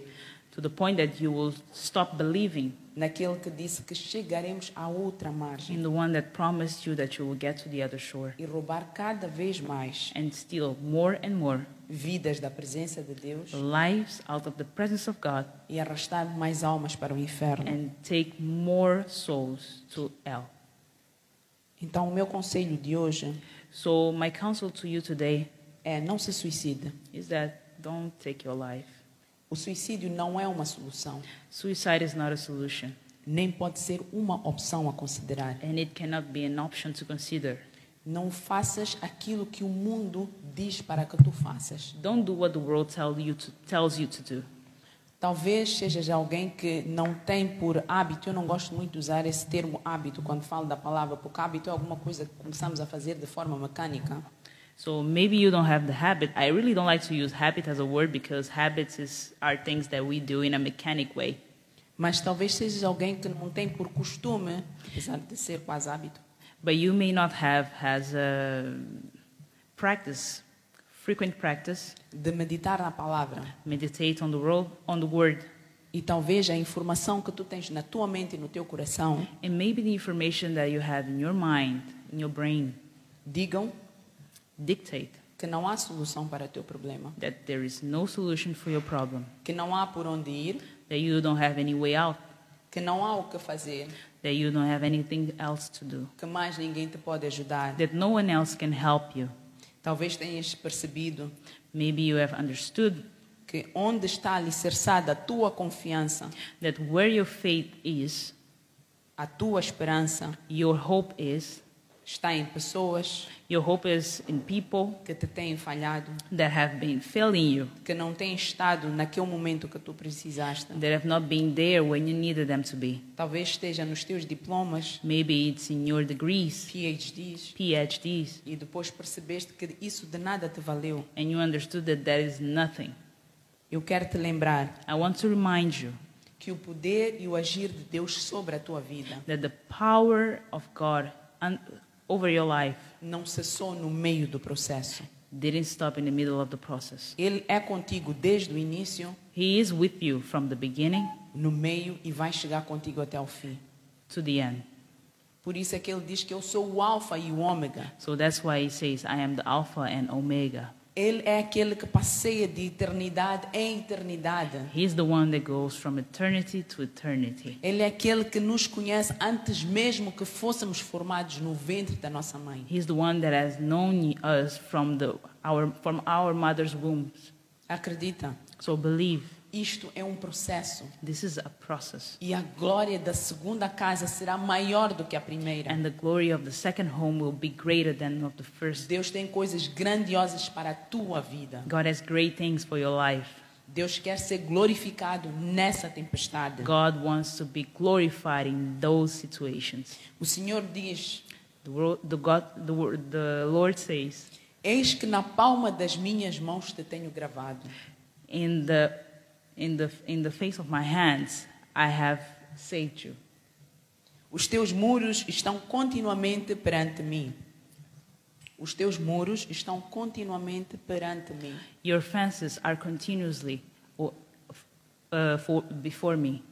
to the point that you will stop believing naquele que disse que chegaremos à outra margem in the one that promised you that you will get to the other shore e roubar cada vez mais and steal more and more vidas da presença de Deus lives out of the presence of God e arrastar mais almas para o inferno. and take more souls to hell. Então, o meu conselho de hoje So, my counsel to you today é não se suicida. is that don't take your life. O suicídio não é uma solução, Suicide is not a solution, nem pode ser uma opção a considerar. and it cannot be an option to consider. Não faças aquilo que o mundo diz para que tu faças. Don't do what the world tell you to, tells you to do. Talvez sejas alguém que não tem por hábito, eu não gosto muito de usar esse termo hábito quando falo da palavra, porque hábito é alguma coisa que começamos a fazer de forma mecânica. So maybe you don't have the habit. I really don't like to use habit as a word because habits is, are things that we do in a mechanic way. Mas talvez sejas alguém que não tem por costume, apesar de ser quase hábito, But you may not have as a practice, frequent practice, de meditar na palavra. meditate on the world, on the word, E talvez a informação que tu tens na tua mente e no teu coração and maybe the information that you have in your mind, in your brain, digam dictate que não há solução para o teu problema, that there is no solution for your problem, que não há por onde ir, that you don't have any way out, que não há o que fazer, that you don't have anything else to do, que mais ninguém te pode ajudar. that no one else can help you. Talvez tenhas percebido Maybe you have understood que onde está alicerçada a tua confiança, that where your faith is, a tua esperança, your hope is, está em pessoas your hope is in people que te têm falhado, that have been failing you, que não têm estado naquele momento que tu precisaste. that have not been there when you needed them to be. Talvez esteja nos teus diplomas, Maybe it's in your degrees, PhDs, PhDs, e depois percebeste que isso de nada te valeu. and you understood that that is nothing. Eu quero te lembrar I want to remind you que o poder e o agir de Deus sobre a tua vida that the power of God un- over your life não cessou no meio do processo. didn't stop in the middle of the process. Ele é contigo desde o início, He is with you from the beginning no meio e vai chegar contigo até o fim. to the end. Por isso é que ele diz que eu sou o alfa e o ômega. So that's why he says, I am the Alpha and Omega. Ele é aquele que passeia de eternidade em eternidade. He's the one that goes from eternity to eternity. Ele é aquele que nos conhece antes mesmo que fôssemos formados no ventre da nossa mãe. He's the one that has known us from, the, our, from our mother's wombs. Acredita? So believe Isto é um processo this is a process. e a glória da segunda casa será maior do que a primeira. And the glory of the second home will be greater than of the first. Deus tem coisas grandiosas para a tua vida. God has great things for your life. Deus quer ser glorificado nessa tempestade. God wants to be glorified in those situations. O Senhor diz: The, world, the, God, the, wor- the Lord says, Eis que na palma das minhas mãos te tenho gravado. in the, in, the, in the face of my hands, I have saved you. Os teus muros estão continuamente perante mim. Os teus muros estão continuamente perante mim. Your fences are continuously o- uh, for, before me.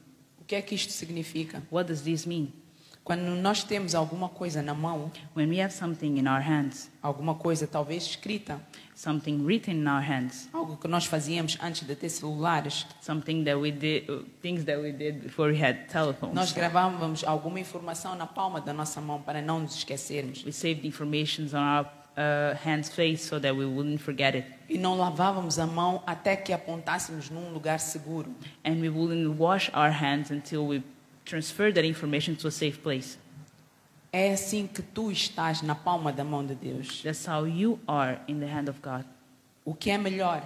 O que é que isto significa? What does this mean? Quando nós temos alguma coisa na mão, When we have something in our hands, alguma coisa talvez escrita, something written in our hands, algo que nós fazíamos antes de ter celulares, something that we did, uh, things that we did before we had telephones. nós gravávamos alguma informação na palma da nossa mão para não nos esquecermos We saved information on our uh, hands face so that we wouldn't forget it. e não lavávamos a mão até que apontássemos num lugar seguro. And we wouldn't wash our hands until we transferred that information to a safe place. É assim que tu estás na palma da mão de Deus. That's how you are in the hand of God. O que é melhor?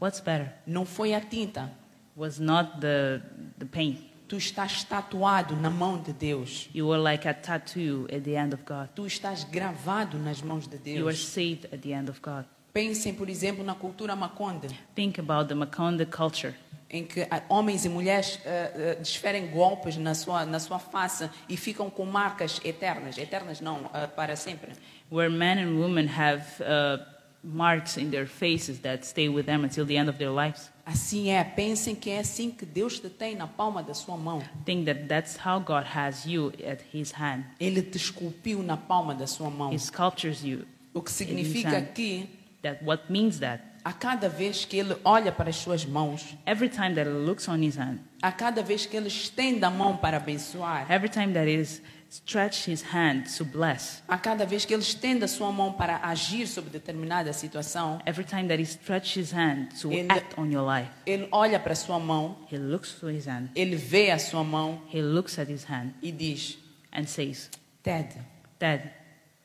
What's better? Não foi a tinta, Was not the, the paint. Tu estás tatuado na mão de Deus. You were like a tattoo at the end of God. Tu estás gravado nas mãos de You are Deus. saved at the end of God. Pensem, por exemplo, na cultura maconde, Think about the Makonda culture, em que ah, homens e mulheres ah, ah, desferem golpes na sua, na sua face e ficam com marcas eternas. Eternas não, ah, para sempre. where men and women have uh, marks in their faces that stay with them until the end of their lives. Assim é. Pensem que é assim que Deus te tem na palma da sua mão. Think that that's how God has you at His hand. Ele te esculpiu na palma da sua mão. He sculptures you. O que Ele significa sabe. que That what means that A cada vez que ele olha para as suas mãos, Every time that he looks on his hand, a cada vez que ele estende a mão para abençoar, every time that he stretches his hand to bless, a cada vez que ele estende a sua mão para agir sobre determinada situação, every time that he stretches his hand to In the- act on your life, ele olha para a sua mão, he looks to his hand, ele vê a sua mão he looks at his hand e diz: and says, Ted, Dad,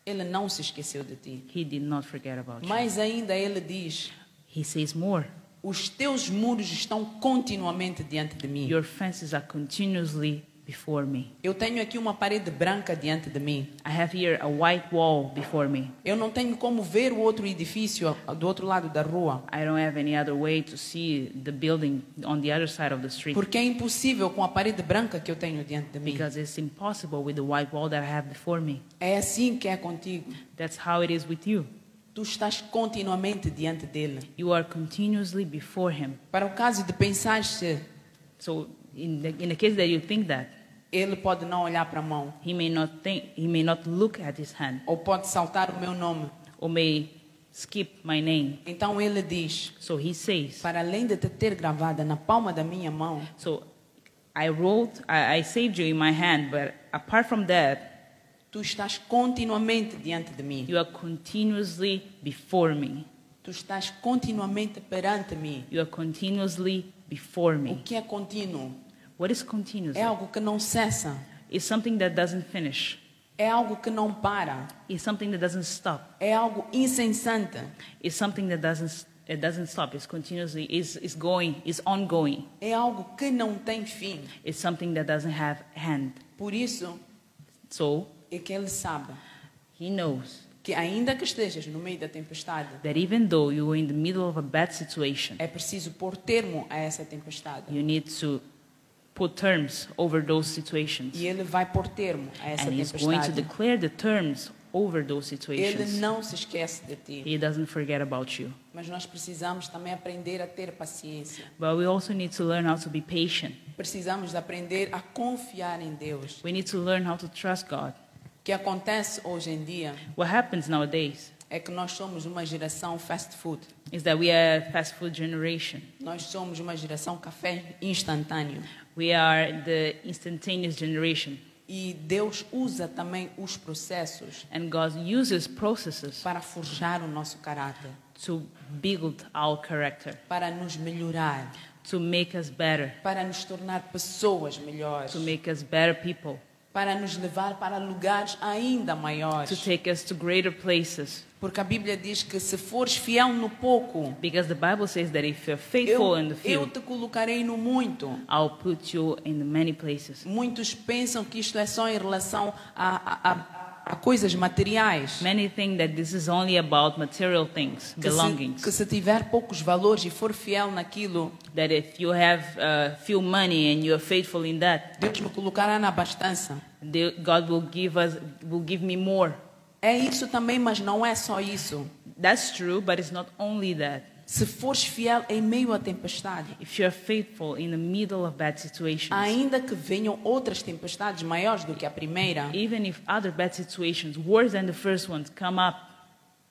ele não se esqueceu de ti. he did not forget about you. Mas ainda ele diz: He says more. Os teus muros estão continuamente diante de mim. Your fences are continuously before me. Eu tenho aqui uma parede branca diante de mim. I have here a white wall before me. Eu não tenho como ver o outro edifício a- do outro lado da rua, I don't have any other way to see the building on the other side of the street porque é impossível com a parede branca que eu tenho diante de mim. because it's impossible with the white wall that I have before me. É assim que é contigo. That's how it is with you. Tu estás continuamente diante dele. You are continuously before Him. Para o caso de pensar se So, in the, in the case that you think that, ele pode não olhar para a mão He may not think, He may not look at His hand ou pode saltar o meu nome, or may skip my name. então ele diz: So He says. para além de te ter gravada na palma da minha mão, So, I wrote, I, I saved you in my hand, but apart from that, tu estás continuamente diante de mim. You are continuously before me. Tu estás continuamente perante mim. You are continuously before O me. que é contínuo? What is continuous? É algo que não cessa. It's something that doesn't finish. É algo que não para. It's something that doesn't stop. É algo incessante. It's something that doesn't it doesn't stop. It's continuously it's, it's going, it's ongoing. É algo que não tem fim. It's something that doesn't have hand. Por isso So é que ele sabe he knows que ainda que estejas no meio da tempestade, that even though you are in the middle of a bad situation, é preciso pôr termo a essa tempestade. you need to put terms over those situations. E ele vai pôr termo a essa And he's going to tempestade. declare the terms over those Ele situations. não se esquece de ti. He doesn't forget about you. Mas nós precisamos também aprender a ter paciência. But we also need to learn how to be patient. Precisamos de aprender a confiar em Deus. We need to learn how to trust God. O que acontece hoje em dia What happens nowadays é que nós somos uma geração fast food. is that we are a fast food generation. Nós somos uma geração café instantâneo. We are the instantaneous generation, E Deus usa também os processos and God uses processes para forjar o nosso caráter, to build our character, para nos melhorar, to make us better, para nos tornar pessoas melhores, to make us better people, para nos levar para lugares ainda to maiores. take us to greater places. Porque a Bíblia diz que se fores fiel no pouco, Because the Bible says that if you're faithful eu, in the eu few, te colocarei no muito. I'll put you in many places. Muitos pensam que isto é só em relação a, a, a, a coisas materiais. Many think that this is only about material things, Que se, belongings. que se tiver poucos valores e for fiel naquilo, that if you have uh, few money and you are faithful in that, Deus me colocará na abastança. the, God will give us will give me more. É isso também, mas não é só isso. That's true, but it's not only that. Se fores fiel em meio à tempestade, If you are faithful in the middle of bad situations, ainda que venham outras tempestades maiores do que a primeira, even if other bad situations worse than the first ones come up,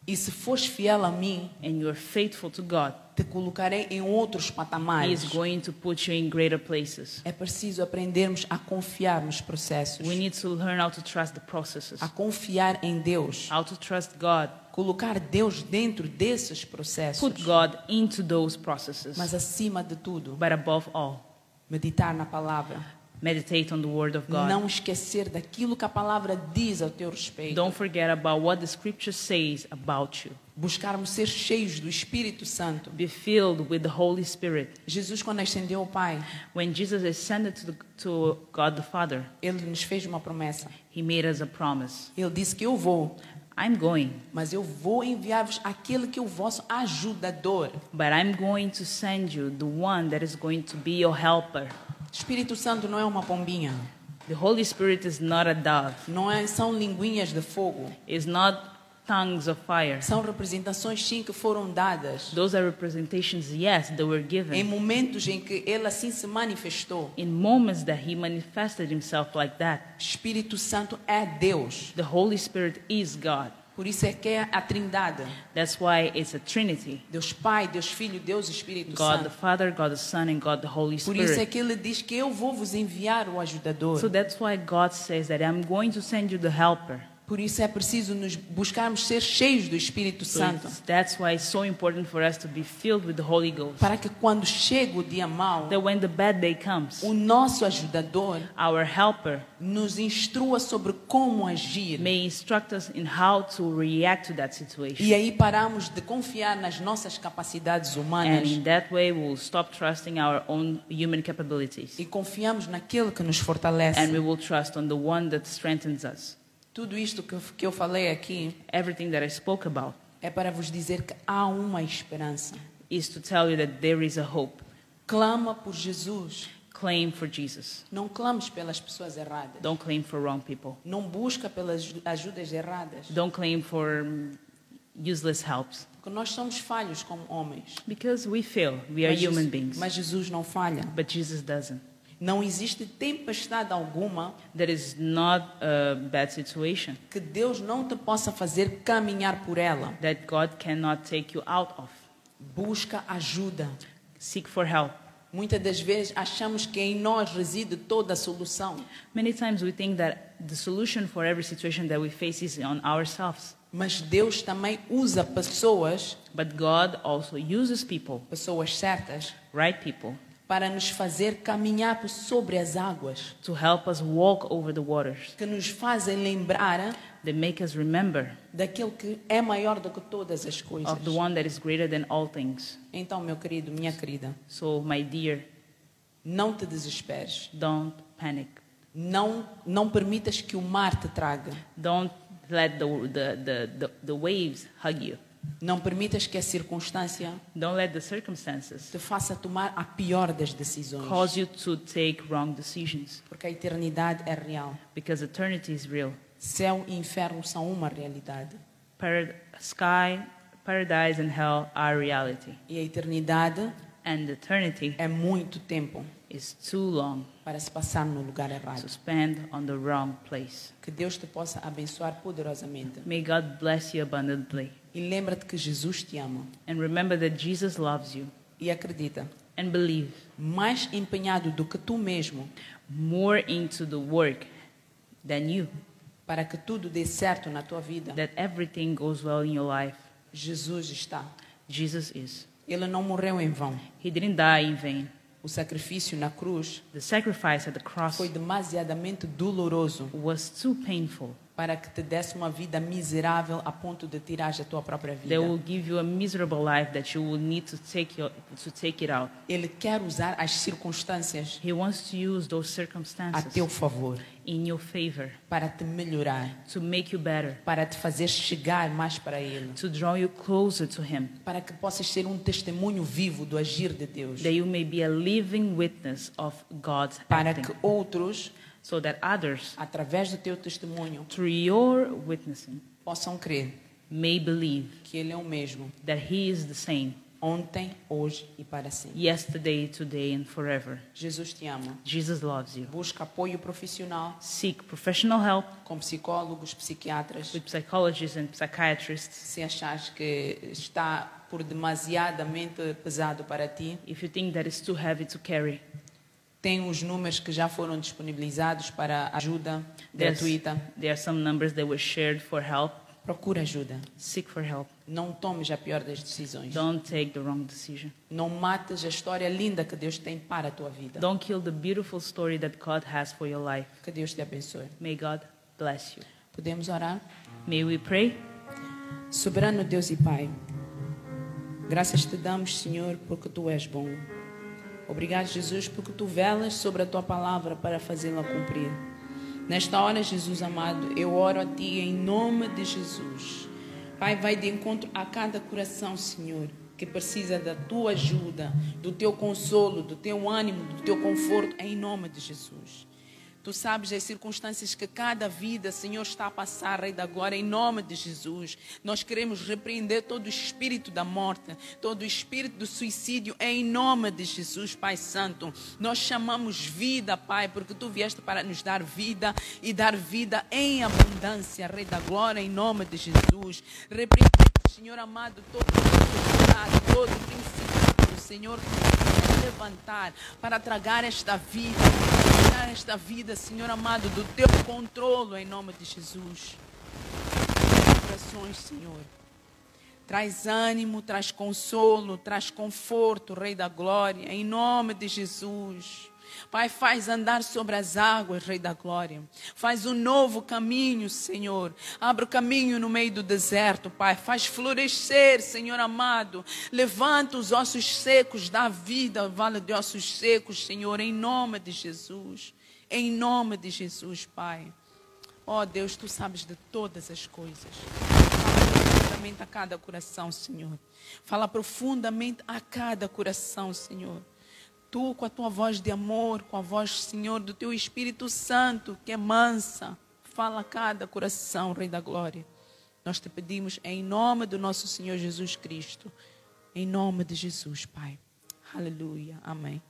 e se fores fiel a mim, and you are faithful to God, te colocarei em outros He is patamares. going to put you in greater places. É preciso aprendermos a confiar nos processos, We need to learn how to trust the processes, a confiar em Deus, how to trust God, colocar Deus dentro desses processos, put God into those processes. mas acima de tudo, But above all, meditar na palavra. meditate on the Word of God. Não esquecer daquilo que a palavra diz ao teu respeito. Don't forget about what the scripture says about you. Buscarmos ser cheios do Espírito Santo. Be filled with the Holy Spirit. Jesus, quando ascendeu ao Pai, When Jesus ascended to, the, to God the Father, Ele nos fez uma promessa. he made us a promise Ele disse que eu vou, I'm going, mas eu vou enviar-vos aquele que é o vosso ajudador. but I'm going to send you the one that is going to be your helper. Espírito Santo não é uma pombinha, The Holy Spirit is not a dove, não é, são linguinhas de fogo, it's not tongues of fire. são representações sim que foram dadas Those are representations, yes, that were em given momentos em que Ele assim se manifestou. in moments that he manifested himself like that. Espírito Santo é Deus. The Holy Spirit is God. Por isso é que é a Trindade. That's why it's a Trinity Deus Pai, Deus Filho, Deus Espírito God the Santo. Father, God the Son, and God the Holy Por isso é Spirit. que ele diz que eu vou vos enviar o ajudador. So that's why God says that I'm going to send you the Helper. Por isso é preciso nos buscarmos ser cheios do Espírito So Santo, it's- that's why it's so important for us to be filled with the Holy Ghost. para que quando chega o dia mau, That when the bad day comes, o nosso ajudador our helper nos instrua sobre como agir. may instruct us in how to react to that situation. E aí paramos de confiar nas nossas capacidades And humanas in that way, we'll stop trusting our own human capabilities. e confiamos naquele que nos And we fortalece. will trust on the one that strengthens us. Tudo isto que eu, que eu falei aqui Everything that I spoke about é para vos dizer que há uma esperança. is to tell you that there is a hope. Clama por Jesus. Claim for Jesus. Não clames pelas pessoas erradas. Don't claim for wrong people. Não busca pelas ju- ajudas erradas. Don't claim for mm, useless helps. Porque nós somos falhos como homens. Because we fail. We are Mas Jesus- human beings. Mas Jesus não falha. But Jesus doesn't. Não existe tempestade alguma There is not a bad situation que Deus não te possa fazer caminhar por ela. that God cannot take you out of. Busca ajuda. Seek for help. Muitas das vezes achamos que em nós reside toda a solução, Many times we think that the solution for every situation that we face is on ourselves. mas Deus também usa pessoas, But God also uses people, pessoas certas, right people, para nos fazer caminhar por sobre as águas, to help us walk over the waters. que nos fazem lembrar They make us remember daquele que é maior do que todas as coisas. of the one that is greater than all things. Então, meu querido, minha querida, So, my dear, não te desesperes. don't panic. Não, não permitas que o mar te traga. Don't let the, the, the, the, the waves hug you. Não permitas que a circunstância Don't let the circumstances te faça tomar a pior das decisões. cause you to take wrong decisions Porque a eternidade é real. because eternity is real. Céu e inferno são uma realidade. Parad- sky, paradise, and hell are reality. E a eternidade And eternity é muito tempo is too long para se passar no lugar to errado. spend on the wrong place. Que Deus te possa abençoar poderosamente. May God bless you abundantly. E lembra-te que Jesus te ama. And remember that Jesus loves you. E acredita, And believe mais empenhado do que tu mesmo, more into the work than you, para que tudo dê certo na tua vida, that everything goes well in your life. Jesus está. Jesus is. Ele não morreu em vão. He didn't die in vain. O sacrifício na cruz The sacrifice at the cross foi demasiadamente doloroso was too painful. para que te desse uma vida miserável a ponto de tirares a tua própria vida. They will give you a miserable life that you will need to take, your, to take it out. Ele quer usar as circunstâncias He wants to use those a teu circumstances favor in your favor para te melhorar, to make you better, para te fazer chegar mais para Ele, to draw you closer to Him. para que possas ser um testemunho vivo do agir de Deus, that you may be a living witness of God's para acting, que outros, so that others, através do teu testemunho, through your witnessing, possam crer may believe que Ele é o mesmo, that He is the same ontem, hoje e para sempre. yesterday, today, and forever. Jesus te ama. Jesus loves you. Busca apoio profissional Seek professional help com psicólogos, psiquiatras, with psychologists and psychiatrists se achares que está por demasiadamente pesado para ti. if you think that it's too heavy to carry. Tem os números que já foram disponibilizados para ajuda There's- gratuita. there are some numbers that were shared for help. Procura ajuda. Seek for help. Não tomes a pior das decisões. Don't take the wrong decision. Não mates a história linda que Deus tem para a tua vida. Don't kill the beautiful story that God has for your life. Que Deus te abençoe. May God bless you. Podemos orar? May we pray. Soberano Deus e Pai, graças te damos, Senhor, porque tu és bom. Obrigado, Jesus, porque tu velas sobre a tua palavra para fazê-la cumprir. Nesta hora, Jesus amado, eu oro a ti em nome de Jesus. Pai, vai de encontro a cada coração, Senhor, que precisa da tua ajuda, do teu consolo, do teu ânimo, do teu conforto, em nome de Jesus. Tu sabes as circunstâncias que cada vida, Senhor, está a passar, Rei da Glória, em nome de Jesus. Nós queremos repreender todo o espírito da morte, todo o espírito do suicídio, em nome de Jesus, Pai Santo. Nós chamamos vida, Pai, porque Tu vieste para nos dar vida e dar vida em abundância, Rei da Glória, em nome de Jesus. Repreendemos, Senhor amado, todo o todo o princípio, Senhor, que quer levantar para tragar esta vida, para tragar esta vida, Senhor amado, do teu controlo em nome de Jesus. Orações, Senhor. Traz ânimo, traz consolo, traz conforto, Rei da Glória, em nome de Jesus. Pai, faz andar sobre as águas, Rei da Glória. Faz um novo caminho, Senhor. Abre o caminho no meio do deserto, Pai. Faz florescer, Senhor amado. Levanta os ossos secos, dá vida ao vale de ossos secos, Senhor, em nome de Jesus. Em nome de Jesus, Pai. Ó oh, Deus, tu sabes de todas as coisas. Fala profundamente a cada coração, Senhor. Fala profundamente a cada coração, Senhor. Tu, com a tua voz de amor, com a voz, Senhor, do teu Espírito Santo, que é mansa, fala a cada coração, Rei da Glória. Nós te pedimos em nome do nosso Senhor Jesus Cristo. Em nome de Jesus, Pai. Aleluia. Amém.